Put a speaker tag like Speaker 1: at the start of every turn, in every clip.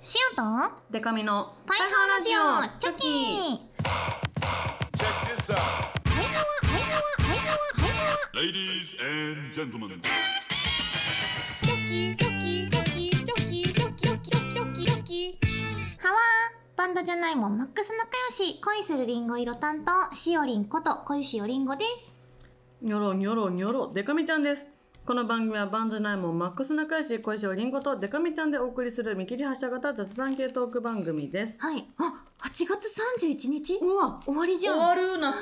Speaker 1: シオと
Speaker 2: デカミの
Speaker 1: パイハワラジオチョキパ
Speaker 3: Check this out.
Speaker 1: イハワパイハワパイハワパイハワ
Speaker 3: Ladies and gentlemen.
Speaker 4: チョキチョキチョキチョキチョキチョキチョキチョキ
Speaker 1: ハワーバンドじゃないもんマックス仲良し恋するリンゴ色担当しおりんこと恋しおりんごです
Speaker 2: ニョロニョロニョロデカミちゃんですこの番組はバンズナイモンマックス仲良し小石をりんごとデカミちゃんでお送りする見切り発車型雑談系トーク番組です
Speaker 1: はいあ8月31日
Speaker 2: うわ
Speaker 1: 終わりじゃん
Speaker 2: 終わる夏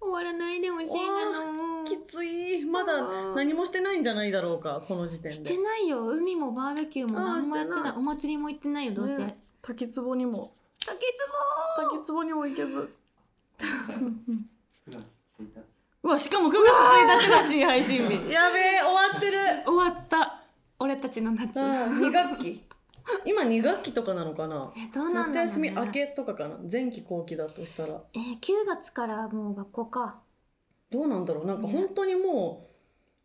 Speaker 1: 終わらないでほしいなの
Speaker 2: きついまだ何もしてないんじゃないだろうかこの時点で
Speaker 1: してないよ海もバーベキューも
Speaker 2: あー
Speaker 1: 何もやってない
Speaker 2: してない
Speaker 1: お祭りも行ってないよどうせ、
Speaker 2: ね滝壺にも
Speaker 1: 竹
Speaker 2: 滝壺にも行けず
Speaker 5: 9月1日。
Speaker 2: うわしかも9月1日だし配信日やべえ終わってる
Speaker 1: 壺終わった俺たちの夏、
Speaker 2: うん二学期 今2学期とかなのかな
Speaker 1: えどうなん
Speaker 2: 夏
Speaker 1: だろう、ね、
Speaker 2: 休み明けとかかな前期後期だとしたら
Speaker 1: えー、9月からもう学校か
Speaker 2: どうなんだろうなんか
Speaker 1: ね
Speaker 2: 本当にも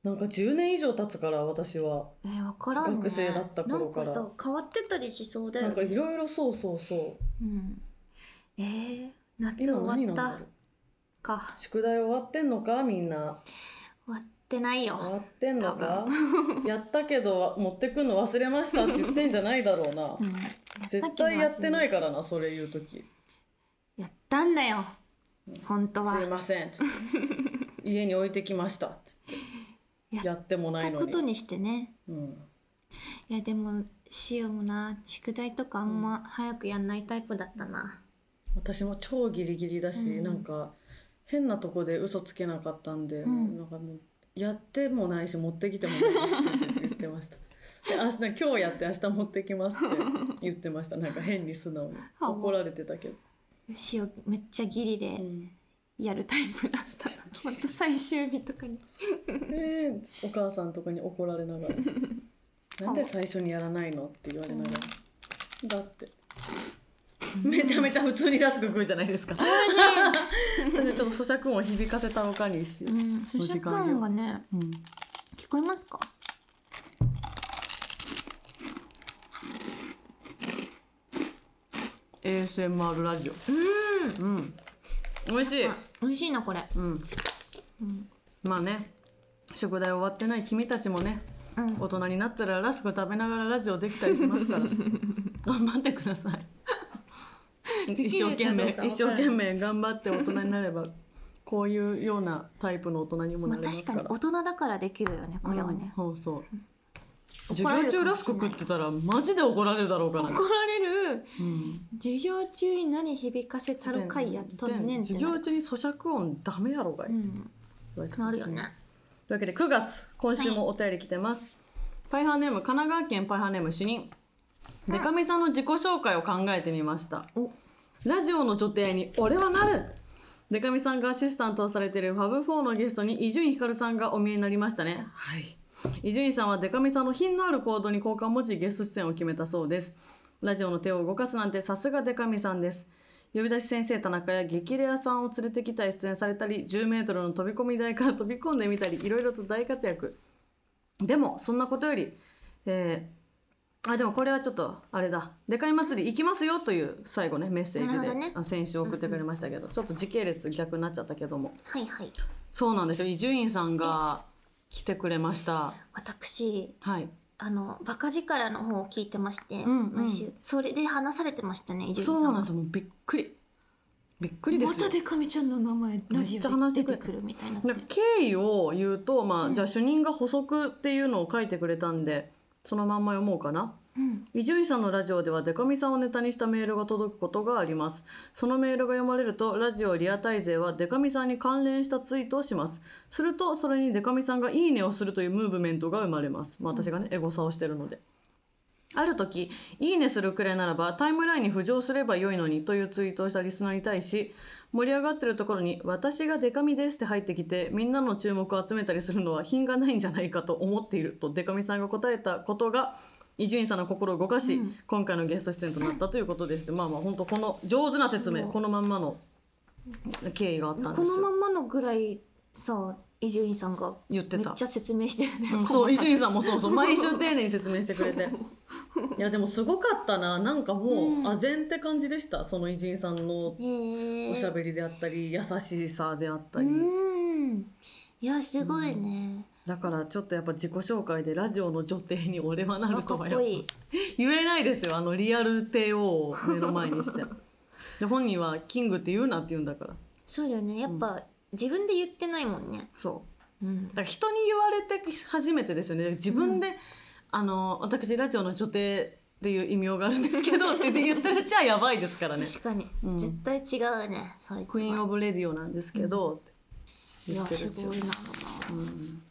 Speaker 2: うなんか10年以上経つから私は
Speaker 1: えー、分からんね
Speaker 2: 学生だった頃から
Speaker 1: なんかさ変わってたりしそうだよ
Speaker 2: な
Speaker 1: ね
Speaker 2: んかいろいろそうそうそう
Speaker 1: うん、えー、夏
Speaker 2: 今
Speaker 1: 終
Speaker 2: 何
Speaker 1: わ
Speaker 2: な
Speaker 1: っ
Speaker 2: んだ
Speaker 1: た
Speaker 2: ろう
Speaker 1: か
Speaker 2: 宿題終わってんのかみんな
Speaker 1: 終わってない
Speaker 2: 終
Speaker 1: よ、
Speaker 2: わってんのか やったけど持ってくんの忘れましたって言ってんじゃないだろうな
Speaker 1: うん、
Speaker 2: 絶対やってないいからなそれ言う時
Speaker 1: やったんだよ本当は
Speaker 2: すいませんつって家に置いてきましたって言って
Speaker 1: や
Speaker 2: やってもな
Speaker 1: や
Speaker 2: い
Speaker 1: った
Speaker 2: の
Speaker 1: こ
Speaker 2: に
Speaker 1: とにしてね
Speaker 2: うん
Speaker 1: いやでもしようもな宿題とかあんま早くやんないタイプだったな、
Speaker 2: 私も超ギリギリだし、
Speaker 1: うん
Speaker 2: なんか変なとこで嘘つけなかったんで、
Speaker 1: ん
Speaker 2: なんかもうやってもないし持ってきてもないしって言ってました で明日今日やって明日持ってきますって言ってましたなんか変に素直に
Speaker 1: あ
Speaker 2: 怒られてたけど、
Speaker 1: しようめっちゃギリで
Speaker 2: うん
Speaker 1: やるタイプだった、ほんと最終日とかに
Speaker 2: えーお母さんとかに怒られなが ら「なんで最初にやらないの?」って言われながら「だって」めちゃめちゃ普通にラスク食うじゃないですか 私はちょっと咀嚼音を響かせたおかにしよ
Speaker 1: う
Speaker 2: う、
Speaker 1: ん
Speaker 2: お
Speaker 1: 咀
Speaker 2: 時
Speaker 1: 嚼
Speaker 2: 間よ
Speaker 1: 音がね
Speaker 2: うん
Speaker 1: 聞こえますか
Speaker 2: 衛 ASMR ラジオうん、うん、美味しい、
Speaker 1: あ美味しいなこれ
Speaker 2: うん、
Speaker 1: うん、
Speaker 2: まあね食題終わってない君たちもね
Speaker 1: うん、
Speaker 2: 大人になったらラスク食べながらラジオできたりし ますから頑張ってください
Speaker 1: き
Speaker 2: 一生
Speaker 1: る
Speaker 2: 懸
Speaker 1: かど
Speaker 2: 命
Speaker 1: うか
Speaker 2: 一生懸命頑張って大人になればこういうようなタイプの大人にも
Speaker 1: ま
Speaker 2: な
Speaker 1: あ、
Speaker 2: れます
Speaker 1: 確か
Speaker 2: から
Speaker 1: に大人だからできるよねこれはね、
Speaker 2: うんそうそう
Speaker 1: 怒ら
Speaker 2: 授
Speaker 1: れる
Speaker 2: 業
Speaker 1: か
Speaker 2: 中
Speaker 1: も
Speaker 2: ラ
Speaker 1: し
Speaker 2: ス
Speaker 1: れ
Speaker 2: ク
Speaker 1: ない
Speaker 2: 食ってたらマジで怒られるだろうからね
Speaker 1: 怒られる
Speaker 2: うん
Speaker 1: 授業中に何響かせたろかいやっとんねんって
Speaker 2: 授
Speaker 1: なる
Speaker 2: 業中に咀嚼音ダメやろがい、
Speaker 1: うんなるよね
Speaker 2: というわけで9月今週もお便り来てます、パイハーネーム神奈川県パイハーネーム主任でかみさんの自己紹介を考えてみました
Speaker 1: お
Speaker 2: ラジオの女帝に俺はなるでかみさんがアシスタントをされているファブ4のゲストに伊集院光さんがお見えになりましたねはい伊集院さんはでかみさんの品のある行動に好感を持ちゲスト出演を決めたそうですラジオの手を動かすなんてさすがでかみさんです呼び出し先生田中や激レアさんを連れてきたり出演されたり10メートルの飛び込み台から飛び込んでみたりいろいろと大活躍でもそんなことより、えーあでもこれはちょっとあれだ「でかい祭り行きますよ」という最後ねメッセージ
Speaker 1: なる
Speaker 2: で、
Speaker 1: ほどね
Speaker 2: あ先週送ってくれましたけど、ちょっと時系列逆になっちゃったけども
Speaker 1: はいはい
Speaker 2: そうなんですよ伊集院さんが来てくれました
Speaker 1: 私
Speaker 2: はい
Speaker 1: あのバカ力の方を聞いてまして、
Speaker 2: んうん
Speaker 1: 毎週それで話されてましたね伊集院さ
Speaker 2: そ
Speaker 1: ん
Speaker 2: う
Speaker 1: が
Speaker 2: なんですよもうびっくりびっくりですよ
Speaker 1: またでかみちゃんの名前ラジ
Speaker 2: めっちゃ
Speaker 1: オ
Speaker 2: 話し
Speaker 1: で
Speaker 2: て
Speaker 1: 出
Speaker 2: く
Speaker 1: て
Speaker 2: れ
Speaker 1: くるみたいになって
Speaker 2: なんか経緯を言うと、まあ
Speaker 1: うん
Speaker 2: じゃあ主任が補足っていうのを書いてくれたんでそのまんま読もうかな
Speaker 1: うん
Speaker 2: 伊集院さんのラジオではデカミさんをネタにしたメールが届くことがありますそのメールが読まれるとラジオリアタイ勢はデカミさんに関連したツイートをしますするとそれにデカミさんが「いいね」をするというムーブメントが生まれます、まあ、私がねエゴサをしてるのである時「いいね」するくらいならばタイムラインに浮上すれば良いのにというツイートをしたリスナーに対し盛り上がってるところに「私がデカミです」って入ってきてみんなの注目を集めたりするのは品がないんじゃないかと思っているとデカミさんが答えたことが伊集院さんの心を動かし、今回のゲスト出演となったということですまあまあ本当この上手な説明このまんまの経緯があったんです
Speaker 1: こ
Speaker 2: よ
Speaker 1: のまんまのぐらいさ伊集院さんが
Speaker 2: 言って
Speaker 1: めったちゃ説明してるね、
Speaker 2: うんそう伊集院さんもそうそう毎週丁寧に説明してくれていやでもすごかったななんかもう、
Speaker 1: うん
Speaker 2: 唖然って感じでしたその伊集院さんの
Speaker 1: へえ
Speaker 2: おしゃべりであったり優しさであったり、
Speaker 1: うんいやすごいね、
Speaker 2: だからちょっとやっぱ自己紹介でラジオの女帝に俺はな
Speaker 1: あ
Speaker 2: る
Speaker 1: か
Speaker 2: と
Speaker 1: っ
Speaker 2: はや
Speaker 1: こ
Speaker 2: っぱ
Speaker 1: いい
Speaker 2: 言えないですよあのリアル帝王を目の前にして で本人はキングって言うなって言うんだから
Speaker 1: そうだよねやっぱ、自分で言ってないもんね
Speaker 2: そう
Speaker 1: うん
Speaker 2: だから人に言われて初めてですよね自分で、あの私ラジオの女帝っていう異名があるんですけどって言ってるうちはやばいですからね
Speaker 1: 確かに、
Speaker 2: うん
Speaker 1: 絶対違うねそいつは
Speaker 2: クイーン・オブ・レディオなんですけど、って
Speaker 1: い
Speaker 2: 言
Speaker 1: や
Speaker 2: って
Speaker 1: す
Speaker 2: るうちは
Speaker 1: ごいな
Speaker 2: うん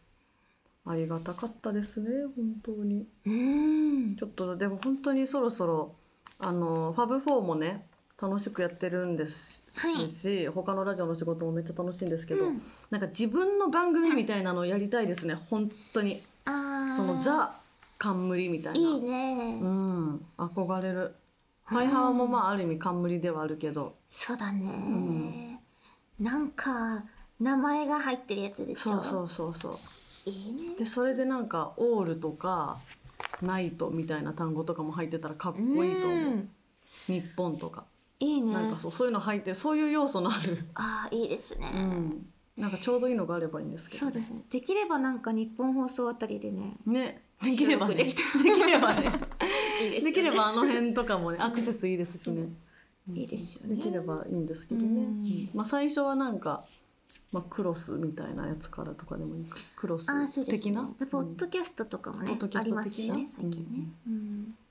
Speaker 2: ありがたかったですね本当に
Speaker 1: うん
Speaker 2: ちょっとでも本当にそろそろあのファブ4もね楽しくやってるんです
Speaker 1: はい
Speaker 2: し、他のラジオの仕事もめっちゃ楽しいんですけど、
Speaker 1: うん
Speaker 2: なんか自分の番組みたいなのをやりたいですね本当に
Speaker 1: あー
Speaker 2: そのザ冠みたいな。
Speaker 1: いいね、
Speaker 2: うん、憧れる。ハイハワもまあある意味冠ではあるけど、
Speaker 1: そうだね、
Speaker 2: ん
Speaker 1: なんか名前が入ってるやつでし
Speaker 2: そ
Speaker 1: ょ
Speaker 2: うそうそうそう。
Speaker 1: いいね
Speaker 2: でそれでなんかオールとかナイトみたいな単語とかも入ってたらかっこいいと思う。
Speaker 1: ん
Speaker 2: 日本とか、
Speaker 1: いいね
Speaker 2: なんかそうそういうの入ってそういう要素のある、
Speaker 1: ああいいですね、
Speaker 2: うん、なんかちょうどいいのがあればいいんですけど。
Speaker 1: そうですねできればなんか日本放送あたりでね
Speaker 2: ね。できればね。
Speaker 1: で
Speaker 2: で
Speaker 1: き
Speaker 2: き
Speaker 1: た
Speaker 2: ればね。
Speaker 1: いいで
Speaker 2: できればあの辺と かもね、アクセスいいですしね。
Speaker 1: いいですよね
Speaker 2: できればいいんですけどね、
Speaker 1: うん
Speaker 2: まあ、最初はなんか、まあ、クロスみたいなやつからとかでもいいかクロス
Speaker 1: ああそうです
Speaker 2: 的
Speaker 1: ね
Speaker 2: な
Speaker 1: ポッドキャストとかもね、
Speaker 2: ポッドキャ
Speaker 1: あ
Speaker 2: スト的な
Speaker 1: りますしね最近ね、うん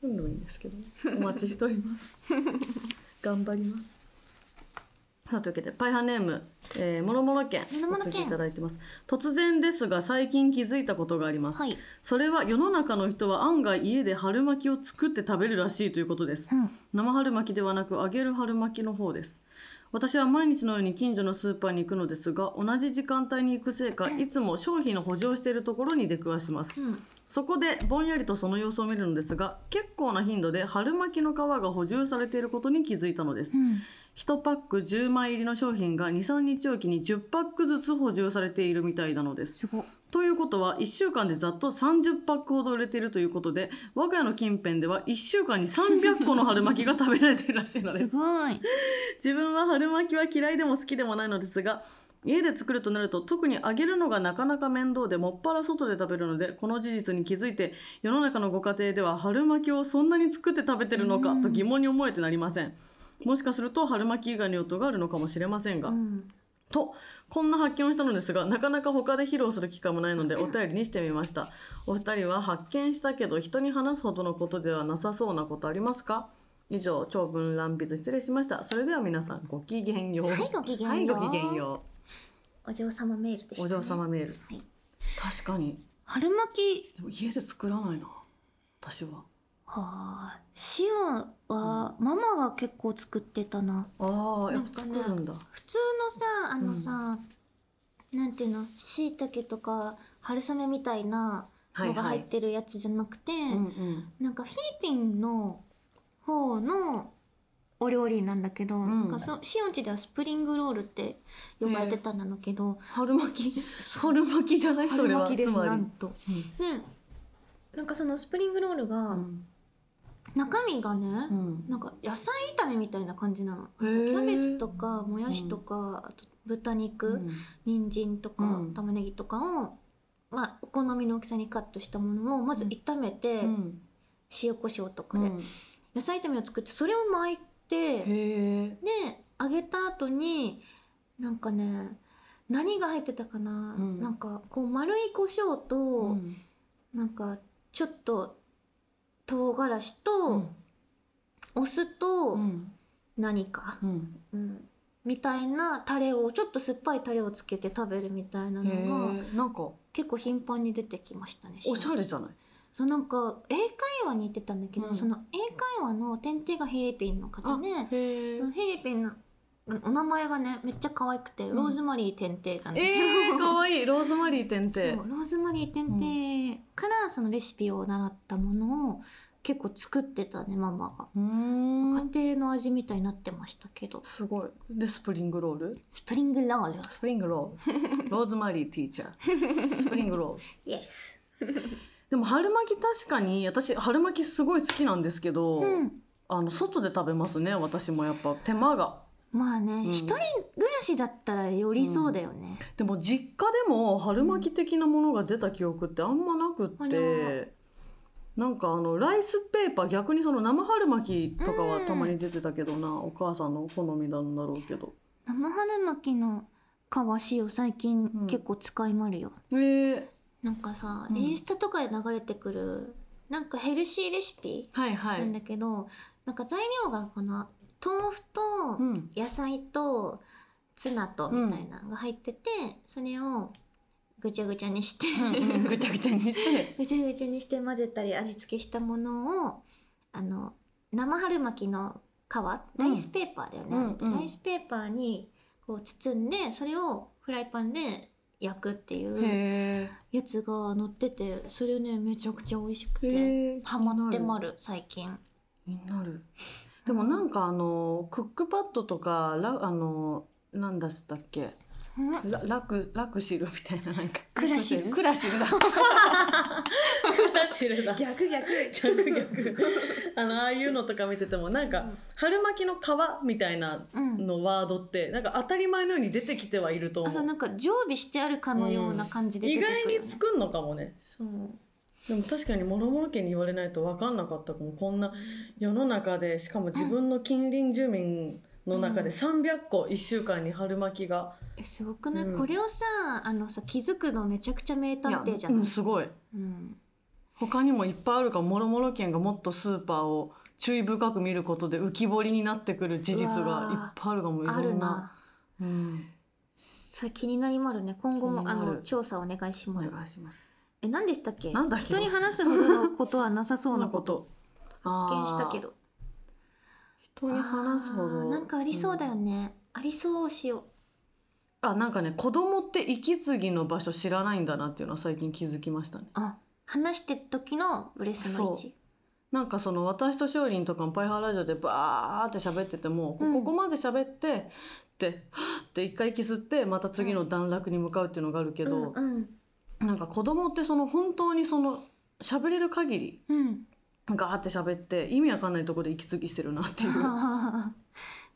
Speaker 2: うんうんでもいいんですけ どねお待ちしております 頑張りますさあというわけでパイハネーム、えー、もろもろ県
Speaker 1: もろもろ
Speaker 2: お
Speaker 1: 県
Speaker 2: 通じいただいてます突然ですが最近気づいたことがあります、
Speaker 1: はい、
Speaker 2: それは世の中の人は案外家で春巻きを作って食べるらしいということです
Speaker 1: うん、
Speaker 2: 生春巻きではなく揚げる春巻きの方です私は毎日のように近所のスーパーに行くのですが同じ時間帯に行くせいかいつも商品の補充をしているところに出くわします
Speaker 1: うん
Speaker 2: そこでぼんやりとその様子を見るのですが結構な頻度で春巻きの皮が補充されていることに気づいたのです、
Speaker 1: ん
Speaker 2: 1パック10枚入りの商品が23日おきに10パックずつ補充されているみたいなのです
Speaker 1: すご
Speaker 2: ということは1週間でざっと30パックほど売れているということで我が家の近辺では1週間に300個の春巻きが食べられているらしいのです
Speaker 1: す ごい
Speaker 2: 自分は春巻きは嫌いでも好きでもないのですが家で作るとなると特に揚げるのがなかなか面倒でもっぱら外で食べるのでこの事実に気づいて世の中のご家庭では春巻きをそんなに作って食べてるのかと疑問に思えてなりませんもしかすると春巻き以外の用途があるのかもしれませんが、
Speaker 1: うん
Speaker 2: とこんな発見をしたのですがなかなか他で披露する機会もないのでお便りにしてみましたお二人は発見したけど人に話すほどのことではなさそうなことありますか以上長文乱筆失礼しましたそれでは皆さんごきげんようはい
Speaker 1: ごきげんよう
Speaker 2: はいごきげんよ
Speaker 1: お嬢様メールでし
Speaker 2: う
Speaker 1: た、
Speaker 2: お
Speaker 1: ね、
Speaker 2: 嬢様メール、
Speaker 1: はい
Speaker 2: 確かに
Speaker 1: 春巻き
Speaker 2: でも家で作らないな私は
Speaker 1: はあ塩はママが結構作ってたな
Speaker 2: ああや
Speaker 1: なん
Speaker 2: っぱ
Speaker 1: か
Speaker 2: 作
Speaker 1: ね
Speaker 2: るんだ
Speaker 1: 普通のさあのさ、なんていうの椎茸とか春雨みたいなのが入ってるやつじゃなくて、
Speaker 2: うんうん
Speaker 1: なんかフィリピンの方のお料理なんだけど、
Speaker 2: ん
Speaker 1: なんかそシオンチではスプリングロールって呼ばれてたんだけど、
Speaker 2: 春巻き春巻きじゃないそ
Speaker 1: 春
Speaker 2: れは
Speaker 1: 巻きです
Speaker 2: つまり
Speaker 1: なんと。ねなんかそのスプリングロール
Speaker 2: う
Speaker 1: が
Speaker 2: ん
Speaker 1: 中身がね、
Speaker 2: うん
Speaker 1: なんか野菜炒めみたいな感じなの。
Speaker 2: へ
Speaker 1: キ
Speaker 2: ー
Speaker 1: ャベツとかもやしとか、あと豚肉、
Speaker 2: うん
Speaker 1: 人参とか
Speaker 2: うん
Speaker 1: 玉ねぎとかを、まあ、お好みの大きさにカットしたものをまず炒めて、
Speaker 2: うん
Speaker 1: 塩コショウとか
Speaker 2: う
Speaker 1: で、
Speaker 2: ん
Speaker 1: 野菜炒めを作ってそれを巻いてで
Speaker 2: へえ
Speaker 1: 揚げた後になんかね何が入ってたかな、
Speaker 2: うん
Speaker 1: なんかこう丸い胡椒と、
Speaker 2: うん
Speaker 1: なんかちょっと唐辛子と、お酢と
Speaker 2: うん
Speaker 1: 何か、
Speaker 2: うん
Speaker 1: うんみたいなタレをちょっと酸っぱいタレをつけて食べるみたいな
Speaker 2: へ
Speaker 1: のが
Speaker 2: えなんか
Speaker 1: 結構頻繁に出てきましたね。
Speaker 2: おしゃれじゃない
Speaker 1: そうなんか英会話に行ってたんだけど、
Speaker 2: うん
Speaker 1: その英会話の先生がフィリピンの方で、
Speaker 2: へえ
Speaker 1: そのフィリピンのお名前がねめっちゃ可愛くて、
Speaker 2: ん
Speaker 1: ローズマリー天帝なんだけ
Speaker 2: えー、かわいいローズマリー天
Speaker 1: ど、
Speaker 2: 帝
Speaker 1: そうローズマリー天帝からそのレシピを習ったものを結構作ってたねママが。
Speaker 2: うーん
Speaker 1: 家庭の味みたいになってましたけど
Speaker 2: すごいでスプリングロール
Speaker 1: スプリングロール
Speaker 2: スプリングロールローズマリーティーチャースプリングロール
Speaker 1: イエス
Speaker 2: でも春巻き確かに私春巻きすごい好きなんですけど、
Speaker 1: うん
Speaker 2: あの外で食べますね私もやっぱ手間が
Speaker 1: まあね、
Speaker 2: ん
Speaker 1: 一人暮らしだったらよりそうだよね、
Speaker 2: でも実家でも春巻き的なものが出た記憶ってあんまなく
Speaker 1: あ
Speaker 2: って、
Speaker 1: ら
Speaker 2: なんかあのライスペーパー逆にその生春巻きとかはたまに出てたけどな、お母さんの好みなんだろうけど
Speaker 1: 生春巻きの皮塩最近
Speaker 2: うん
Speaker 1: 結構使いまるよ、
Speaker 2: えー、
Speaker 1: なんかさ、
Speaker 2: うん
Speaker 1: インスタとかで流れてくるなんかヘルシーレシピ
Speaker 2: はいは
Speaker 1: なん
Speaker 2: い
Speaker 1: だけど、なんか材料がこの豆腐と
Speaker 2: うん
Speaker 1: 野菜とツナとみたいなのが入ってて、それをぐちゃぐちゃにして、
Speaker 2: ぐちゃぐちゃにして
Speaker 1: ぐちゃぐちゃにして混ぜたり味付けしたものをあの生春巻きの皮ライスペーパーだよね、
Speaker 2: うんうん
Speaker 1: ライスペーパーにこう包んでそれをフライパンで焼くっていう
Speaker 2: へ
Speaker 1: やつが乗っててそれねめちゃくちゃ美味しく
Speaker 2: え
Speaker 1: てハ
Speaker 2: ハ
Speaker 1: マってまる最近
Speaker 2: になるでもなんかあのクックパッドとかラあのなんだったっけ
Speaker 1: うん
Speaker 2: ララクラクシルみたいななんか
Speaker 1: クラシル
Speaker 2: クラシルだクラシルだ
Speaker 1: 逆逆
Speaker 2: 逆逆あのああいうのとか見ててもなんか、春巻きの皮みたいな
Speaker 1: うん
Speaker 2: のワードってなんか当たり前のように出てきてはいると
Speaker 1: あ
Speaker 2: 思
Speaker 1: そう
Speaker 2: う
Speaker 1: なんか常備してあるかのような感じで出
Speaker 2: 意
Speaker 1: てくるよ
Speaker 2: 外
Speaker 1: ね、
Speaker 2: に作んのかもね
Speaker 1: そう
Speaker 2: でも確かに諸々家に言われないと分かんなかったかもこんな世の中でしかも自分の近隣住民の中で300個1週間に春巻きが、
Speaker 1: えすごくない、
Speaker 2: うん
Speaker 1: これをさあのさ気づくのめちゃくちゃ名探偵じゃない
Speaker 2: うんすごい
Speaker 1: うん
Speaker 2: 他にもいっぱいあるから諸々県がもっとスーパーを注意深く見ることで浮き彫りになってくる事実
Speaker 1: うわ
Speaker 2: が
Speaker 1: ー
Speaker 2: いっぱいあるかもいろん
Speaker 1: ある
Speaker 2: な
Speaker 1: な
Speaker 2: うん、
Speaker 1: それ気になりまるね今後
Speaker 2: 気に
Speaker 1: もあ
Speaker 2: なる
Speaker 1: の調査お願いし
Speaker 2: お
Speaker 1: ます
Speaker 2: 願いします。
Speaker 1: え何でしたっけ
Speaker 2: なんだっけ
Speaker 1: 人に話すほどのことはなさそうなこと
Speaker 2: と。あ
Speaker 1: 発
Speaker 2: ー
Speaker 1: 見したけ。ど
Speaker 2: 人に話すほ
Speaker 1: あ
Speaker 2: ど。
Speaker 1: ーなんかありそうだよ
Speaker 2: ん
Speaker 1: ね、ありそうしよ
Speaker 2: あ、なんかね、子供って息継ぎの場所知らないんだなっていうのは最近気づきましたね。
Speaker 1: うあ話してる時のブレスの位置
Speaker 2: なんかその私と勝林とかもパイハーラジオでバーって喋ってても、
Speaker 1: うん
Speaker 2: ここまで喋って、って、はっって一回息吸って、また次の段落に向かうっていうのがあるけど、
Speaker 1: うんうん
Speaker 2: なんか子供ってその本当にその喋れる限り、
Speaker 1: うん
Speaker 2: ガーって喋って、意味わかんないところで息継ぎしてるなっていう。
Speaker 1: あ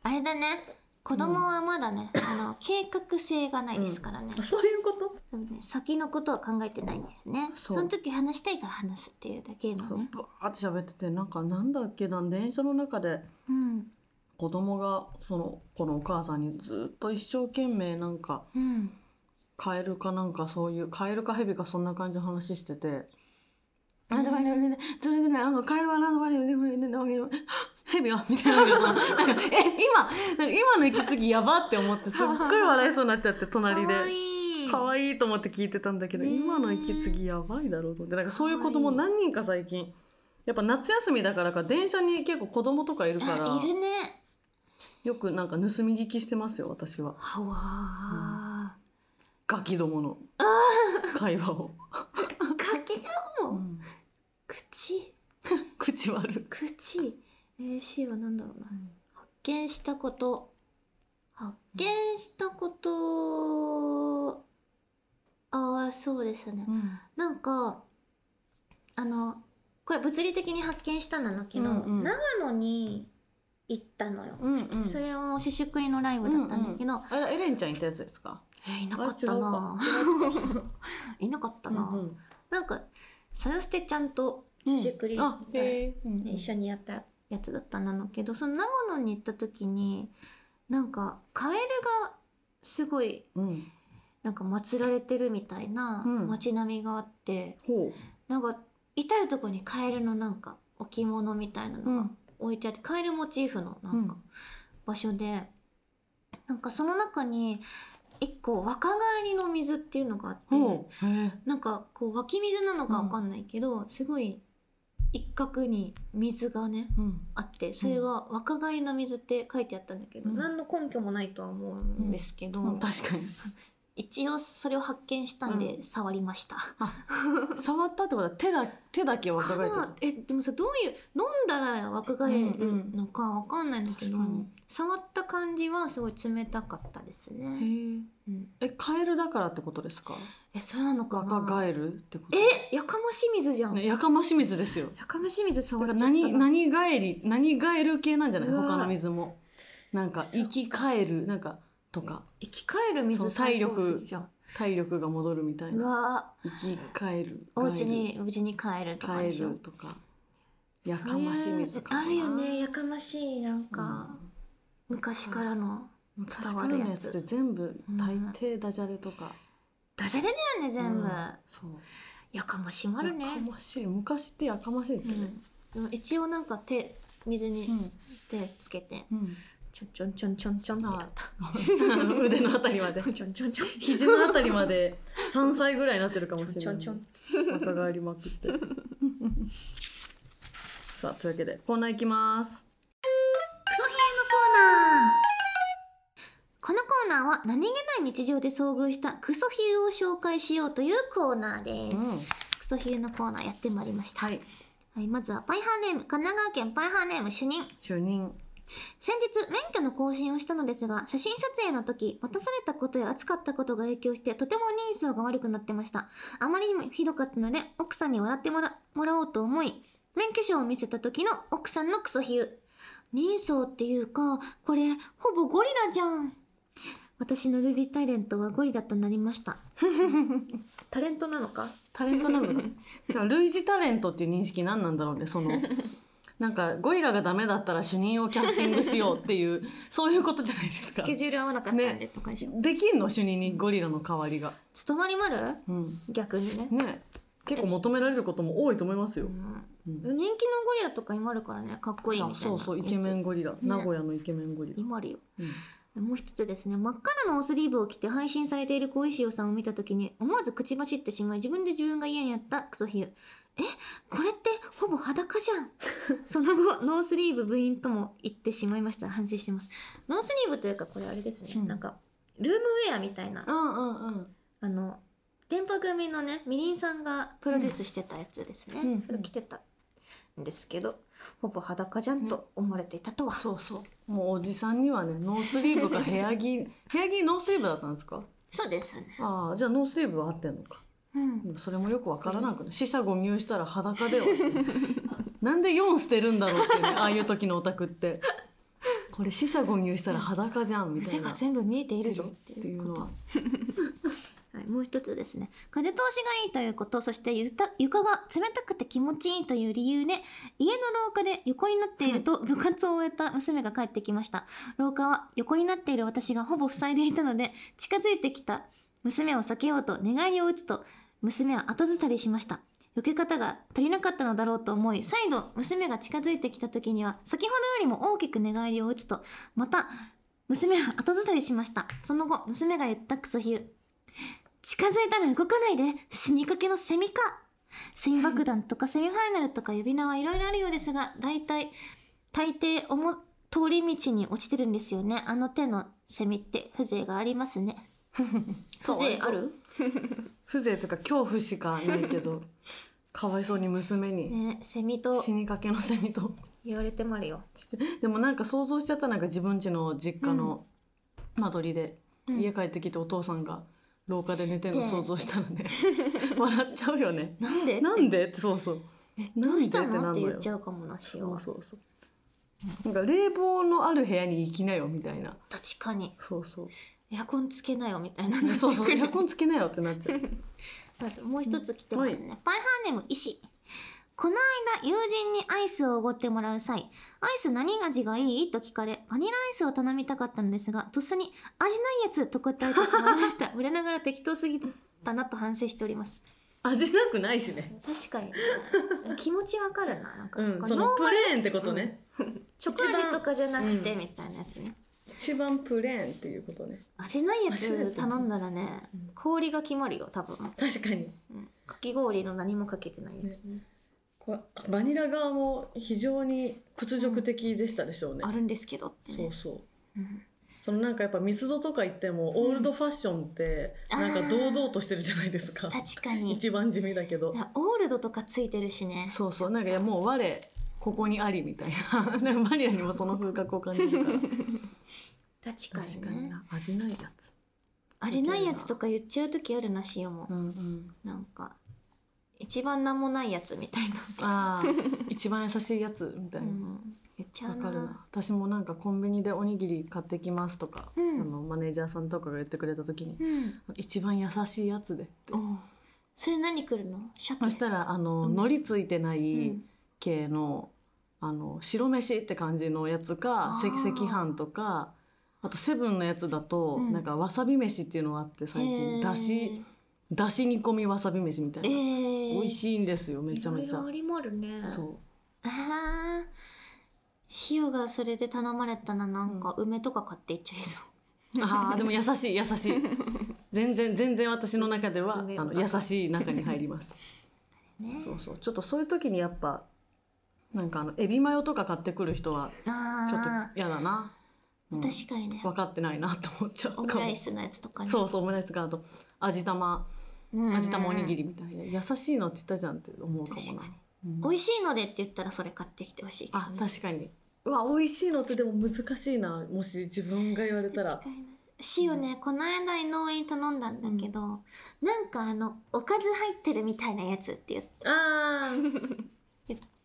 Speaker 1: れだね子供はまだね、あの計画性がないですからね,、
Speaker 2: そういうこと
Speaker 1: ね先のことは考えてないんですねそ
Speaker 2: そう
Speaker 1: の時話したいから話すっていうだけのね
Speaker 2: バーって喋っててなんかなんだっけな電車の中で
Speaker 1: うん
Speaker 2: 子供がそのこのお母さんにずっと一生懸命なんか
Speaker 1: うん
Speaker 2: カエルかなんかそういうカエルかヘビかそんな感じの話してて。あだからね、ね、それぐらい、あの、カエルはなんとかね、ね、ね、ね、ね、ね、 ヘビはみたいな。なんか、え、今、なんか今の息継ぎやばって思って、すっごい笑いそうになっちゃって、隣で。
Speaker 1: 可愛い
Speaker 2: 可愛いと思って聞いてたんだけど、
Speaker 1: ねえ
Speaker 2: 今の息継ぎやばいだろうと思ってなんかそういう子供
Speaker 1: かわ
Speaker 2: 何人か最近やっぱ夏休みだからか電車に結構子供とかいるから
Speaker 1: あいるね
Speaker 2: よくなんか盗み聞きしてますよ私は
Speaker 1: はわ
Speaker 2: ガキどもの会話を、
Speaker 1: ー、かけよう
Speaker 2: う
Speaker 1: も
Speaker 2: ん
Speaker 1: 口
Speaker 2: 口悪い
Speaker 1: 口 AC は何だろうな発見したこと発見したことああそうですねなんかあのこれ物理的に発見したなんだけど、
Speaker 2: うんうん
Speaker 1: 長野に行ったのよ、
Speaker 2: うんうん
Speaker 1: それも主食りのライブだったんだけど、
Speaker 2: あれエレンちゃんいたやつですか
Speaker 1: えーいなかったな いなかったな、
Speaker 2: うんうん
Speaker 1: なんかさよすてちゃんと主食り、
Speaker 2: あへえ、
Speaker 1: ね一緒にやったやつだったんだけどその長野に行った時になんかカエルがすごい
Speaker 2: うん
Speaker 1: なんか祀られてるみたいな
Speaker 2: うん
Speaker 1: 街並みがあって、
Speaker 2: ほ
Speaker 1: なんか至る所にカエルのなんか置物みたいな
Speaker 2: う、
Speaker 1: のが置いてあって、カエルモチーフのなんか
Speaker 2: うん
Speaker 1: 場所で、なんかその中に一個若返りの水っていうのがあって、
Speaker 2: ほうへえ
Speaker 1: なんかこう湧き水なのかわかんないけど、すごい一角に水がね
Speaker 2: うん
Speaker 1: あってそれが「若返りの水」って書いてあったんだけど、
Speaker 2: うん
Speaker 1: 何の根拠もないとは思うんですけど、
Speaker 2: うん確かに
Speaker 1: 一応それを発見したん
Speaker 2: う
Speaker 1: で触りました、
Speaker 2: 触ったってことは手だ手だけ若
Speaker 1: か
Speaker 2: 返っちゃっ
Speaker 1: なえでもさどういう飲んだら若返るのかわかんないんだけど、
Speaker 2: うんうん
Speaker 1: 触った感じはすごい冷たかったです
Speaker 2: た。
Speaker 1: ね、
Speaker 2: へえ。
Speaker 1: うん、
Speaker 2: えカエルだからってことですか？
Speaker 1: えそうなのかな
Speaker 2: 若返るってこと？
Speaker 1: えやかま清水じゃん、
Speaker 2: ね、やかま清水ですよ。
Speaker 1: やかま清水
Speaker 2: だか
Speaker 1: 触っち
Speaker 2: ら
Speaker 1: ゃった
Speaker 2: 何何返り何返る系なんじゃないう
Speaker 1: わ
Speaker 2: 他の水もなんか
Speaker 1: そう
Speaker 2: 生き返るなんかとか
Speaker 1: 生き返る
Speaker 2: そ
Speaker 1: 水
Speaker 2: う体力
Speaker 1: 最高すぎじゃん
Speaker 2: 体力が戻るみたいうな
Speaker 1: わ
Speaker 2: 生き返る
Speaker 1: お家に無事に帰るとか
Speaker 2: 返
Speaker 1: で
Speaker 2: る
Speaker 1: しょ
Speaker 2: とかやかましい水か
Speaker 1: そう
Speaker 2: な
Speaker 1: いうあるよねやかましいなんか、昔からの
Speaker 2: 昔
Speaker 1: 伝
Speaker 2: か
Speaker 1: わ
Speaker 2: ら
Speaker 1: る
Speaker 2: の
Speaker 1: やつ
Speaker 2: やつって全部大抵ダジャレとか、
Speaker 1: ダジャレだよね全部、
Speaker 2: うんそう
Speaker 1: やかましまるね
Speaker 2: やかましい昔ってやかましいです
Speaker 1: う
Speaker 2: よね、
Speaker 1: んでも一応なんか手水に手つけて、
Speaker 2: うん
Speaker 1: ちょんちょんちょんちょんちょんってやった
Speaker 2: 腕のあたりまで
Speaker 1: ちょんちょんちょん
Speaker 2: 肘のあたりまで3歳ぐらいになってるかもしれない
Speaker 1: ちょん
Speaker 2: 若返りまくって さあというわけでコーナーいきます
Speaker 1: クソヒエのコーナーこのコーナーは何気ない日常で遭遇したクソヒエを紹介しようというコーナーです、クソヒエのコーナーやってまいりました、は
Speaker 2: は
Speaker 1: いいまずはパイハーネーム神奈川県パイハーネーム主任
Speaker 2: 主任
Speaker 1: 先日免許の更新をしたのですが写真撮影の時渡されたことや暑かったことが影響してとても人相が悪くなってましたあまりにもひどかったので奥さんに笑ってもらもらおうと思い免許証を見せた時の奥さんのクソ比喩人相っていうかこれほぼゴリラじゃん私の類似タレントはゴリラとなりましたタレントなのか
Speaker 2: タレントなのかてか類似タレントっていう認識何なんだろうねそのなんかゴリラがダメだったら主任をキャスティングしようっていうそういうことじゃないですか
Speaker 1: スケジュール合わなかったんで、とかにしよう
Speaker 2: できんの主任にゴリラの代わりが
Speaker 1: 務まりまる
Speaker 2: うん
Speaker 1: 逆にね、
Speaker 2: ね結構求められることも多いと思いますよ
Speaker 1: う、ん
Speaker 2: う
Speaker 1: 人気の
Speaker 2: ん
Speaker 1: ゴリラとか今あるからねかっこいいみたいな
Speaker 2: そうそうイケメンゴリラ、名古屋のイケメンゴリラ、
Speaker 1: 今あるよ
Speaker 2: うん
Speaker 1: もう一つですね真っ赤なノースリーブを着て配信されている小石尾さんを見た時に思わず口走ってしまい自分で自分が嫌にやったクソ比喩えこれってほぼ裸じゃ んその後ノースリーブ部員とも言ってしまいました反省してますノースリーブというかこれあれですね、
Speaker 2: うん
Speaker 1: なんかルームウェアみたいな
Speaker 2: うんうんうん
Speaker 1: あの電波組のねみりんさんがプロデュースしてたやつですね、
Speaker 2: うん
Speaker 1: それ着てたんですけどほぼ裸じゃんと思われていたとは、
Speaker 2: そうそう。もうおじさんにはね、ノースリーブか部屋着、部屋着ノースリーブだったんですか。
Speaker 1: そうですね
Speaker 2: ああ、じゃあノースリーブは合ってんのか。
Speaker 1: うん
Speaker 2: でもそれもよくわからなくない。死者誤入したら 裸では。なんで四捨てるんだろうってね、ああいう時のオタクって。これ死者誤入したら裸じゃんみた
Speaker 1: 手
Speaker 2: いな。
Speaker 1: が
Speaker 2: っ
Speaker 1: 全部見えているぞっててい
Speaker 2: いう
Speaker 1: うこ
Speaker 2: の
Speaker 1: と。
Speaker 2: は
Speaker 1: は。い、もう一つですね。風通しがいいということ、そしてゆた床が冷たくて気持ちいいという理由で、家の廊下で横になっていると部活を終えた娘が帰ってきました。廊下は横になっている私がほぼ塞いでいたので、近づいてきた娘を避けようと寝りを打つと、娘は後ずさりしました。受け方が足りなかったのだろうと思い、再度娘が近づいてきた時には、先ほどよりも大きく寝返りを打つと、また、娘は後ずさりしました。その後、娘が言ったクソ比喩。近づいたら動かないで、死にかけのセミか。セミ爆弾とかセミファイナルとか呼び名はいろいろあるようですが、大体、大抵おも、通り道に落ちてるんですよね。あの手のセミって風情がありますね。風情ある
Speaker 2: 風情とか恐怖しかないけ ど。かわいそうに娘に。
Speaker 1: ね、セミと
Speaker 2: 死にかけのセミと。
Speaker 1: 言われてもあるよ。
Speaker 2: でもなんか想像しちゃったなんか自分家の実家の間取りで、
Speaker 1: うん
Speaker 2: 家帰ってきてお父さんが廊下で寝てる
Speaker 1: で
Speaker 2: の想像したら ね笑っちゃうよね。
Speaker 1: なんで
Speaker 2: なんでってそうそう
Speaker 1: え
Speaker 2: なんで
Speaker 1: どうした
Speaker 2: ってな
Speaker 1: の
Speaker 2: ん
Speaker 1: っ
Speaker 2: の
Speaker 1: て
Speaker 2: よ
Speaker 1: 言っちゃうかもな、し
Speaker 2: そう
Speaker 1: は。
Speaker 2: そうそう。なんか冷房のある部屋に行きなよみたいな。
Speaker 1: 確かに。
Speaker 2: そうそう。
Speaker 1: エアコンつけなよ、みたいな。
Speaker 2: そうそう。エアコンつけなよってなっちゃう。
Speaker 1: あともう一つ来てますね。パイハーネーム、石。この間、友人にアイスをおごってもらう際、アイス何味がいいと聞かれ、バニラアイスを頼みたかったのですが、とっさに、味ないやつと答えてしまいま した。売れながら適当すぎたなと反省しております。
Speaker 2: 味なくないしね。
Speaker 1: 確かに。 気持ちわかるな。なんか、
Speaker 2: うん。
Speaker 1: こ
Speaker 2: そ
Speaker 1: の
Speaker 2: のプレーンってことね。
Speaker 1: チョコ味とかじゃなく
Speaker 2: う
Speaker 1: て、
Speaker 2: ん
Speaker 1: みたいなやつね。
Speaker 2: 一番プレーンっていうことね。
Speaker 1: 味ないや
Speaker 2: 味ない
Speaker 1: つ
Speaker 2: やつ
Speaker 1: 頼んだらね、氷が決まるよ、多分。
Speaker 2: 確かに。
Speaker 1: うんかき氷の何もかけてないやつね。
Speaker 2: これバニラ側も非常に屈辱的でしたでしょうね。
Speaker 1: あるんですけどって
Speaker 2: そ
Speaker 1: ね
Speaker 2: う。そう。
Speaker 1: うん
Speaker 2: そのなんかやっぱミスドとか行ってもオールドファッションって
Speaker 1: うん
Speaker 2: なんか堂々としてるじゃないですか、
Speaker 1: 確かにい
Speaker 2: 一番地味だけど
Speaker 1: やオールドとかついてるしね
Speaker 2: そうそうなんかいやもう我ここにありみたいな なんかマリアにもその風格を感じるから
Speaker 1: 確かにね
Speaker 2: な味ないやつ
Speaker 1: 味ないやつとか言っちゃう時あるなしよも、
Speaker 2: うんうん
Speaker 1: なんか一番何もないやつみたいな、
Speaker 2: ああ一番優しいやつみたいうな、
Speaker 1: ん、言っちゃ
Speaker 2: わ
Speaker 1: うな
Speaker 2: かるな私もなんかコンビニでおにぎり買ってきますとか、
Speaker 1: うん
Speaker 2: あのマネージャーさんとかが言ってくれた時に
Speaker 1: うん
Speaker 2: 「一番優しいやつで」って
Speaker 1: おうそれ何来るの鮭
Speaker 2: そしたらあの、
Speaker 1: うん
Speaker 2: 海苔ついてな
Speaker 1: う
Speaker 2: い
Speaker 1: ん
Speaker 2: 系の,、あの白飯って感じのやつか
Speaker 1: あ
Speaker 2: 赤
Speaker 1: ー
Speaker 2: 赤飯とかあとセブンのやつだと、
Speaker 1: うん
Speaker 2: なんかわさび飯っていうのがあって最近だしだし煮込みわさび飯みたい
Speaker 1: えー、
Speaker 2: な、美味
Speaker 1: い
Speaker 2: しいんですよめちゃめ
Speaker 1: い
Speaker 2: ち
Speaker 1: ろ
Speaker 2: ゃ
Speaker 1: いろありもあるね
Speaker 2: そう
Speaker 1: あー塩がそれで頼まれたらなんか梅とか買っていっちゃいそ
Speaker 2: ああでも優しい優しい全然全然私の中ではあ
Speaker 1: 上
Speaker 2: の優しい中に入ります
Speaker 1: うね
Speaker 2: そうそうちょっとそういう時にやっぱなんかあのエビマヨとか買ってくる人はちょっと
Speaker 1: あ
Speaker 2: 嫌だな、う
Speaker 1: ー
Speaker 2: ん
Speaker 1: 確かにね
Speaker 2: 分かってないなと思っちゃう
Speaker 1: オム
Speaker 2: かも
Speaker 1: ライスのやつとかね
Speaker 2: そうそうオムライスかあと味玉
Speaker 1: うん
Speaker 2: 味玉おにぎりみたいな優しいのって言ったじゃんって思うかも
Speaker 1: 確
Speaker 2: な
Speaker 1: かに、
Speaker 2: うん
Speaker 1: 美味しいのでって言ったらそれ買ってきてほしいけどね
Speaker 2: あ確かにうわ美味しいのってでも難しいなもし自分が言われたら
Speaker 1: 確かに塩ね、この間井上に頼んだんだけど、なんかあのおかず入ってるみたいなやつって言っ
Speaker 2: あー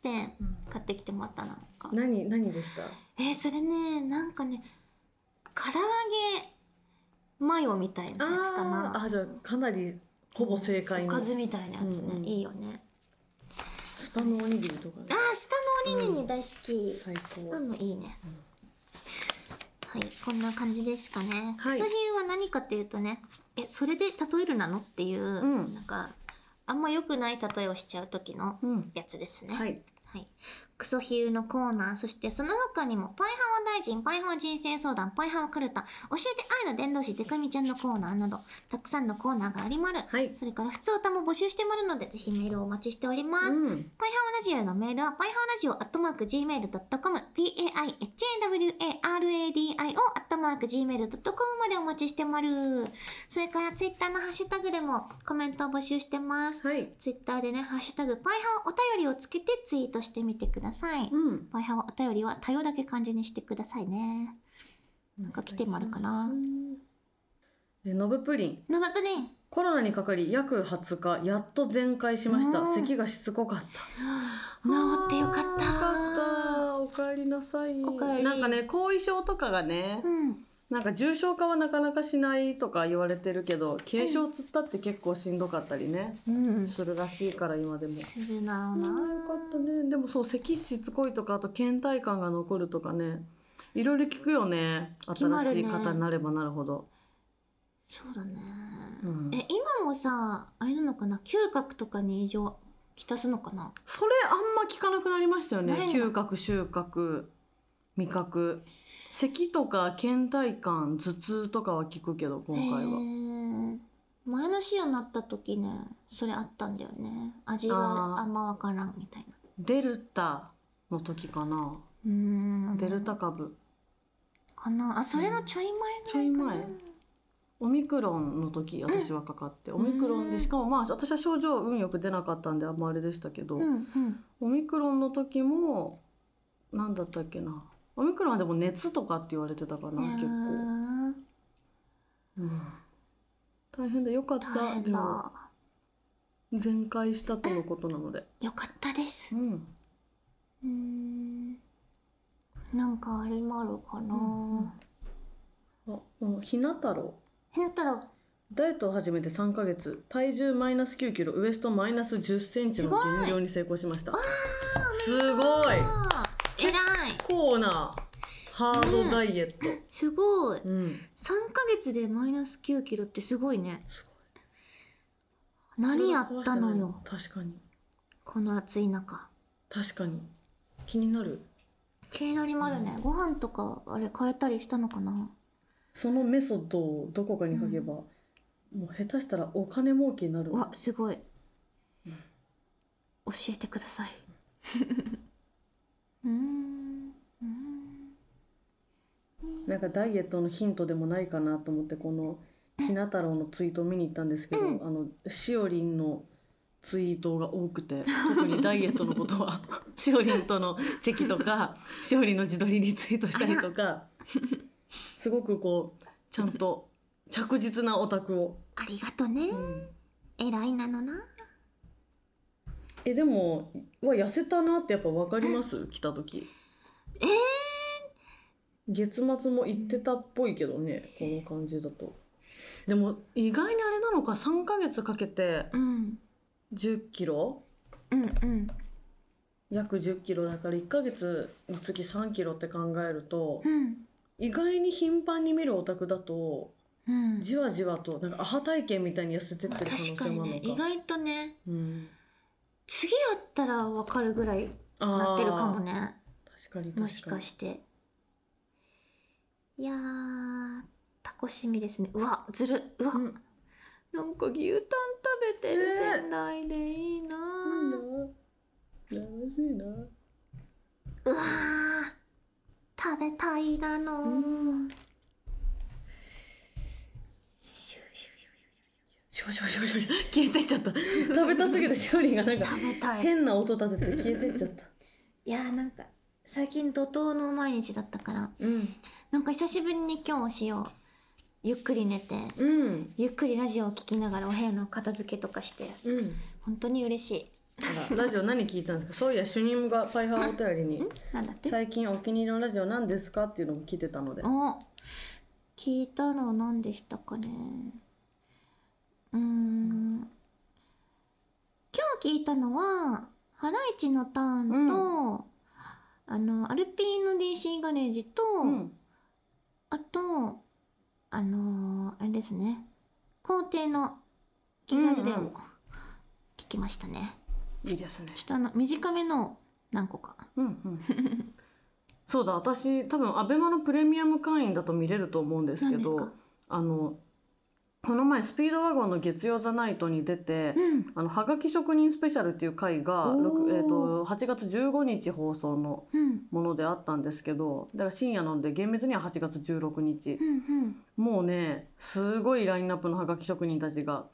Speaker 1: て買ってきてもらったのか
Speaker 2: 何何でした
Speaker 1: えーそれねなんかね唐揚げマヨみたいなやつか
Speaker 2: あー
Speaker 1: な
Speaker 2: あじゃあかなりほぼ正解
Speaker 1: お
Speaker 2: の
Speaker 1: かずみたいなやつね、
Speaker 2: うんうん
Speaker 1: いいよね
Speaker 2: スパのおにぎりとかね
Speaker 1: あースパのおにぎり大好き、
Speaker 2: 最
Speaker 1: ス
Speaker 2: 高
Speaker 1: パのいいね、はいこんな感じですかね
Speaker 2: はい
Speaker 1: クソヒューは何かっていうとねえそれで例えるなのっていう、
Speaker 2: ん
Speaker 1: なんかあんま良くない例えをしちゃう時の
Speaker 2: うん
Speaker 1: やつですね、
Speaker 2: はい
Speaker 1: はい。クソヒューのコーナー、そしてその他にも、パイハワ大臣、パイハワ人生相談、パイハワカルタ、教えて愛の伝道師、デカミちゃんのコーナーなど、たくさんのコーナーがありまる。
Speaker 2: はい
Speaker 1: それから、普通歌も募集してまるので、ぜひメールをお待ちしております。
Speaker 2: うん
Speaker 1: パイハワラジオへのメールは、パイハワラジオアットマーク Gmail.com、p-a-i-h-a-w-a-r-a-d-i-o アットマーク Gmail.com までお待ちしてまる。それから、ツイッターのハッシュタグでもコメントを募集してます。
Speaker 2: はい
Speaker 1: ツイッターでね、ハッシュタグ、パイハワお便りをつけてツイートしてみてください。
Speaker 2: うん
Speaker 1: パイハワお便りは、多様だけ漢字にしてくださいね。なんか来てもあるかな。
Speaker 2: えノブプリン
Speaker 1: ノマプリン
Speaker 2: コロナにかかり約20日やっと全開しました
Speaker 1: うん
Speaker 2: 咳がしつこかった
Speaker 1: 治ってよかった。
Speaker 2: あーよかったお帰りなさい
Speaker 1: おかえり
Speaker 2: なんかね後遺症とかがね、
Speaker 1: うん。
Speaker 2: なんか重症化はなかなかしないとか言われてるけど軽症つったって結構しんどかったりね、
Speaker 1: うん。す
Speaker 2: するらしいから今でも。
Speaker 1: るな
Speaker 2: あ
Speaker 1: おな。
Speaker 2: よかったねでもそう咳しつこいとかあと倦怠感が残るとかねいろいろ聞くよね
Speaker 1: きまるね
Speaker 2: 新しい方になればなるほど、
Speaker 1: そうだね。
Speaker 2: うん
Speaker 1: え、今もさ、あれなのかな嗅覚とかに異常きたすのかな
Speaker 2: それあんま聞かなくなりましたよね
Speaker 1: ないの
Speaker 2: 嗅覚収穫味覚咳とか倦怠感頭痛とかは聞くけど今回
Speaker 1: へ
Speaker 2: は。
Speaker 1: ー前の週になった時ね、それあったんだよね。味が
Speaker 2: あー
Speaker 1: あんまわからんみたいな。
Speaker 2: デルタの時かな、
Speaker 1: うーん。
Speaker 2: デルタ株
Speaker 1: かなあそれのちょい前ぐらいかな、
Speaker 2: ちょい前オミクロンの時私はかかって、オミクロンでしかもまあ私は症状運よく出なかったんであんまあれでしたけど、
Speaker 1: うんうん
Speaker 2: オミクロンの時も何だったっけなオミクロンはでも熱とかって言われてたかな結構、うん大変だよかっ
Speaker 1: いやー大
Speaker 2: たで
Speaker 1: 変
Speaker 2: も
Speaker 1: だ
Speaker 2: 全開したとのことなので、
Speaker 1: よかったです
Speaker 2: うん、
Speaker 1: うーんなんかあれもあるかな、
Speaker 2: うんうんあうんひな太郎
Speaker 1: へんたら
Speaker 2: ダイエットを始めて3ヶ月体重マイナス9キロウエストマイナス1 0ンチ
Speaker 1: す
Speaker 2: の
Speaker 1: ごい
Speaker 2: 減量に成功しましたすご
Speaker 1: えら
Speaker 2: い
Speaker 1: い
Speaker 2: コーナーハードダイエット、
Speaker 1: すごい
Speaker 2: うん
Speaker 1: 三ヶ月でマイナス9キロってすごいね何やったのよ
Speaker 2: 確かに
Speaker 1: この暑い中
Speaker 2: 確かに気になる
Speaker 1: 気になりまるね、ご飯とかあれ変えたりしたのかな
Speaker 2: そのメソッドをどこかに書けば、もう下手したらお金儲けになる
Speaker 1: うわすごい教えてくだ さいうーんうーん
Speaker 2: うなんかダイエットのヒントでもないかなと思ってこのひな太郎のツイートを見に行ったんですけど、
Speaker 1: うん
Speaker 2: あのしおりんのツイートが多く て特にダイエットのことはしおりんとのチェキとかしおりんの自撮りにツイートしたりとかすごくこうちゃんと着実なオタクを。
Speaker 1: ありがとね。偉いなのな。
Speaker 2: えでもは痩せたなってやっぱ分かります来た時
Speaker 1: え
Speaker 2: 月末も行ってたっぽいけどねこの感じだとでも意外にあれなのか3ヶ月かけて
Speaker 1: ー、うん。
Speaker 2: 1 0キロ
Speaker 1: うんうん。
Speaker 2: 約1 0キロだから1ヶ月につき3キロって考えると
Speaker 1: うん。
Speaker 2: 意外に頻繁に見るオタクだと
Speaker 1: うん、
Speaker 2: じわじわとなんかアハ体験みたいに痩せてってる可能性
Speaker 1: 確か
Speaker 2: もあ
Speaker 1: にね
Speaker 2: るのか
Speaker 1: 意外とね
Speaker 2: うん、
Speaker 1: 次会ったら分かるぐらい
Speaker 2: あー
Speaker 1: なってるかもね
Speaker 2: 確かに確かに
Speaker 1: もしかしていやー楽しみですねうわずるうわ、
Speaker 2: うん
Speaker 1: なんか牛タン食べてる
Speaker 2: ねえ
Speaker 1: 仙台でいいな
Speaker 2: なんだ
Speaker 1: ー、
Speaker 2: 楽しいな
Speaker 1: うわー食べたいなのー、シュシュシュシ
Speaker 2: しょしょしょしょしょ消えてっちゃった食べたすぎてしおりんがなんか
Speaker 1: ュ食べたい
Speaker 2: 変な音立てて消えてっちゃった
Speaker 1: いやーなんか最近怒涛の毎日だったから
Speaker 2: うん
Speaker 1: なんか久しぶりに今日をしようゆっくり寝て
Speaker 2: うん
Speaker 1: ゆっくりラジオを聞きながらお部屋の片付けとかして
Speaker 2: うん
Speaker 1: 本当に嬉しい
Speaker 2: あらラジオ何聞いたんですかそういや主任がパイハーお便りに
Speaker 1: なんだっ
Speaker 2: 「
Speaker 1: て
Speaker 2: 最近お気に入りのラジオ何ですか?」っていうのも聞いてたので
Speaker 1: お聞いたのは何でしたかねうーん今日聞いたのは「ハライチのターンと」あのアルピーの DC ガレージと、
Speaker 2: うん
Speaker 1: あとあのーあれですね皇帝の気軽で
Speaker 2: うんうん
Speaker 1: も聞きましたね、
Speaker 2: いいですね
Speaker 1: ちょっとあの短めのを何個か
Speaker 2: うんうんそうだ私多分アベマのプレミアム会員だと見れると思うんですけ
Speaker 1: 何です
Speaker 2: ど
Speaker 1: か
Speaker 2: あのこの前スピードワゴンの月曜ザナイトに出て、
Speaker 1: うん
Speaker 2: あのはがき職人スペシャルっていう回が、
Speaker 1: おー
Speaker 2: ろくえー、と8月15日放送の
Speaker 1: うん
Speaker 2: ものであったんですけどだから深夜なので厳密には8月16日
Speaker 1: う、んうん
Speaker 2: もうねすごいラインナップのはがき職人たちが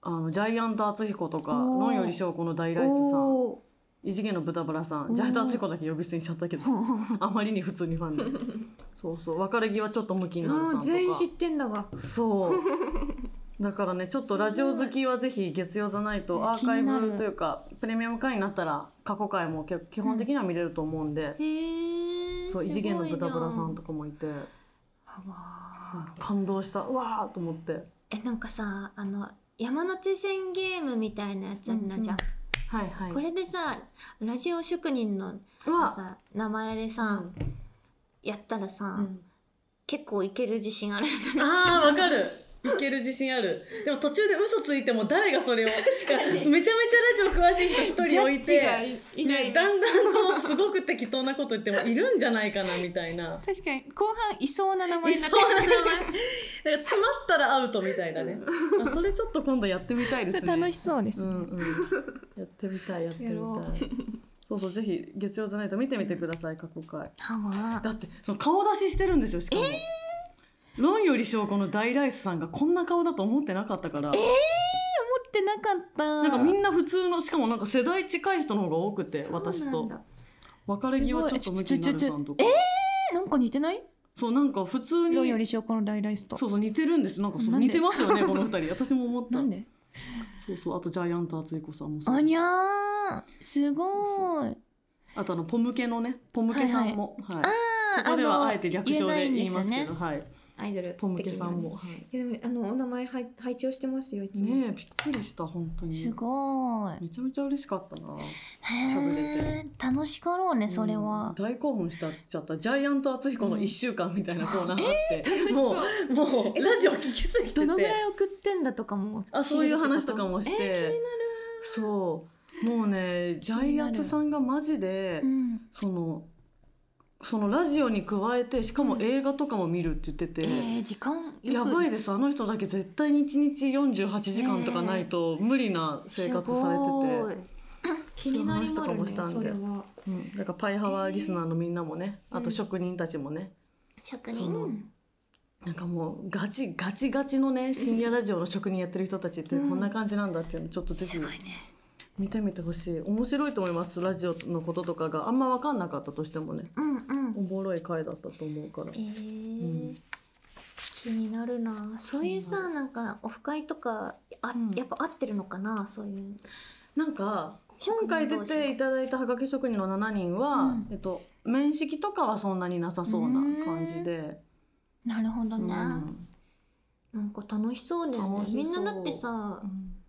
Speaker 2: あのジャイアント厚彦とか「
Speaker 1: おー
Speaker 2: のんより証拠の大ライスさん
Speaker 1: お
Speaker 2: 異次元の豚バラさ
Speaker 1: おー
Speaker 2: んジャイアント厚彦だけ呼び捨てにしちゃっ たけど
Speaker 1: ー
Speaker 2: あまりに普通にファンでそうそう別れ際ちょっとムキになるさん
Speaker 1: も
Speaker 2: と
Speaker 1: う
Speaker 2: か
Speaker 1: 全員知ってんだが
Speaker 2: そう。だからね、ちょっとラジオ好きはぜひ月曜じゃない
Speaker 1: す
Speaker 2: と
Speaker 1: ごい
Speaker 2: アーカイ
Speaker 1: 気にな
Speaker 2: ブ
Speaker 1: る
Speaker 2: というかプレミアム会になったら過去回も結構基本的には見れると思うんで、
Speaker 1: へえ
Speaker 2: そう異次元の豚バラさんとかもいて感動したうわーと思って
Speaker 1: えなんかさあの山手線ゲームみたいなやつあるなじゃん、
Speaker 2: はいはい
Speaker 1: これでさラジオ職人の
Speaker 2: うわ
Speaker 1: さ名前で
Speaker 2: う
Speaker 1: さ、
Speaker 2: ん
Speaker 1: やったらさ、
Speaker 2: うん
Speaker 1: 結構いける自信ある
Speaker 2: あーわかるいける自信あるでも途中で嘘ついても誰がそれを確かにめちゃめちゃラジオ詳しい人一人置いて
Speaker 6: いない
Speaker 2: ね、だんだんこうすごく適当なこと言ってもいるんじゃないかなみたいな
Speaker 6: 確かに後半いそうな名前
Speaker 2: い
Speaker 6: にな
Speaker 2: そ
Speaker 6: っ
Speaker 2: う
Speaker 6: て
Speaker 2: な名前なんか詰まったらアウトみたいなねあそれちょっと今度やってみたいですね
Speaker 6: 楽しそうです
Speaker 2: う
Speaker 6: ね、
Speaker 2: ん うん、やってみたいやってみ
Speaker 6: やろ
Speaker 2: たいそうそうぜひ月曜じゃないと見てみてください過去回
Speaker 1: はわ
Speaker 2: だってその顔出ししてるんですよしかも、ロンより証拠の大ライスさんがこんな顔だと思ってなかったから、
Speaker 6: 思ってなかった
Speaker 2: なんかみんな普通のしかもなんか世代近い人の方が多くて
Speaker 1: そうなんだ
Speaker 2: 私と別れ際ちょっと向きになるさんとか
Speaker 6: えなんか似てない
Speaker 2: そうなんか普通に
Speaker 6: ロンより証拠の大ライスと
Speaker 2: そうそう似てるんですなんかそう
Speaker 6: なんで
Speaker 2: 似てますよねこ の二人私も思った
Speaker 6: なんで
Speaker 2: そうそうあとジャイアント厚彦さんもそう
Speaker 6: あにゃーすごーい
Speaker 2: あとあのポムケのねポムケさんもはい、
Speaker 6: あー
Speaker 2: ここで
Speaker 6: あの
Speaker 2: はあえて略
Speaker 6: 言え
Speaker 2: 称
Speaker 6: な
Speaker 2: で
Speaker 6: いん
Speaker 2: 言
Speaker 6: で
Speaker 2: い
Speaker 6: す
Speaker 2: ま
Speaker 6: よ
Speaker 2: すけ
Speaker 6: ね
Speaker 2: どはい
Speaker 6: アイドル
Speaker 2: ポムケさんも、は
Speaker 7: い
Speaker 2: い、
Speaker 7: やでもあのお名前はい拝聴してますよいつも、
Speaker 2: ねえびっくりした本当に
Speaker 6: すごーい
Speaker 2: めちゃめちゃ嬉しかったな
Speaker 6: へえ楽しかろうねそれ
Speaker 2: うん
Speaker 6: は、
Speaker 2: 大興奮したっちゃったジャイアント厚彦の1週間みたいなコーナーがあって、
Speaker 6: そ
Speaker 2: もうもうラジオ聞きすぎて
Speaker 6: どのぐ
Speaker 2: て
Speaker 6: らい送ってんだとかも
Speaker 2: あそういう話とか
Speaker 6: も
Speaker 2: もして、そうもうねジャイアンツさんがマジで、
Speaker 6: うん
Speaker 2: そのそのラジオに加えてしかも映画とかも見るって言ってて、
Speaker 6: えー、時間よく
Speaker 2: やばいですあの人だけ絶対に1日48時間とかないと無理な生活されてて、
Speaker 7: 気になりま
Speaker 2: そういう話とか
Speaker 7: る
Speaker 2: も
Speaker 7: ね
Speaker 2: したんで
Speaker 7: それは
Speaker 2: うん、だからパイハワリスナーのみんなもね、あと職人たちもね、
Speaker 1: 職
Speaker 2: その
Speaker 1: 人
Speaker 2: なんかもうガチガチガチのね深夜ラジオの職人やってる人たちってこんな感じなんだっていうのちょっとぜひ
Speaker 6: すごいね
Speaker 2: 見てみてほしい面白いと思いますラジオのこととかがあんま分かんなかったとしてもね
Speaker 6: うんうん
Speaker 2: おもろい回だったと思うから
Speaker 1: えー
Speaker 2: うん
Speaker 1: 気になるなそういうさなんかオフ会とかあ、
Speaker 2: うん
Speaker 1: やっぱ合ってるのかなそういう
Speaker 2: なんか今
Speaker 1: 職人
Speaker 2: 回出
Speaker 1: 同士
Speaker 2: ていただいたはがき職人の7人は、
Speaker 6: うん
Speaker 2: えっと、面識とかはそんなになさそうな感じで、
Speaker 6: なるほど
Speaker 2: うん
Speaker 6: ね
Speaker 1: なんか楽しそうだよ
Speaker 2: 楽
Speaker 1: ね
Speaker 2: しそう
Speaker 1: みんなだってさ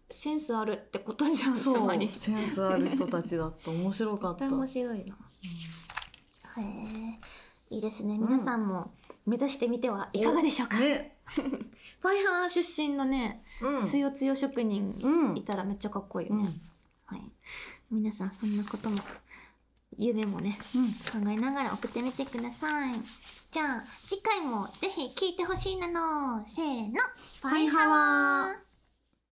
Speaker 1: センスあるってことじゃんつ
Speaker 2: そ
Speaker 1: ま
Speaker 2: う
Speaker 1: り
Speaker 2: センスある人たちだった面白かっ
Speaker 1: 絶対
Speaker 2: た
Speaker 1: 面白いなへえいいですね皆さんも目指してみてはいかがでしょうか、
Speaker 2: ね
Speaker 1: ファイハー出身のね
Speaker 2: うん
Speaker 1: つよつよ職人
Speaker 2: うん
Speaker 1: いたらめっちゃかっこいいよ
Speaker 2: う
Speaker 1: ね、
Speaker 2: ん
Speaker 1: はい、皆さんそんなことも夢もね、考えながら送ってみてくださいじゃあ次回もぜひ聞いてほしいなのせーのバイハワー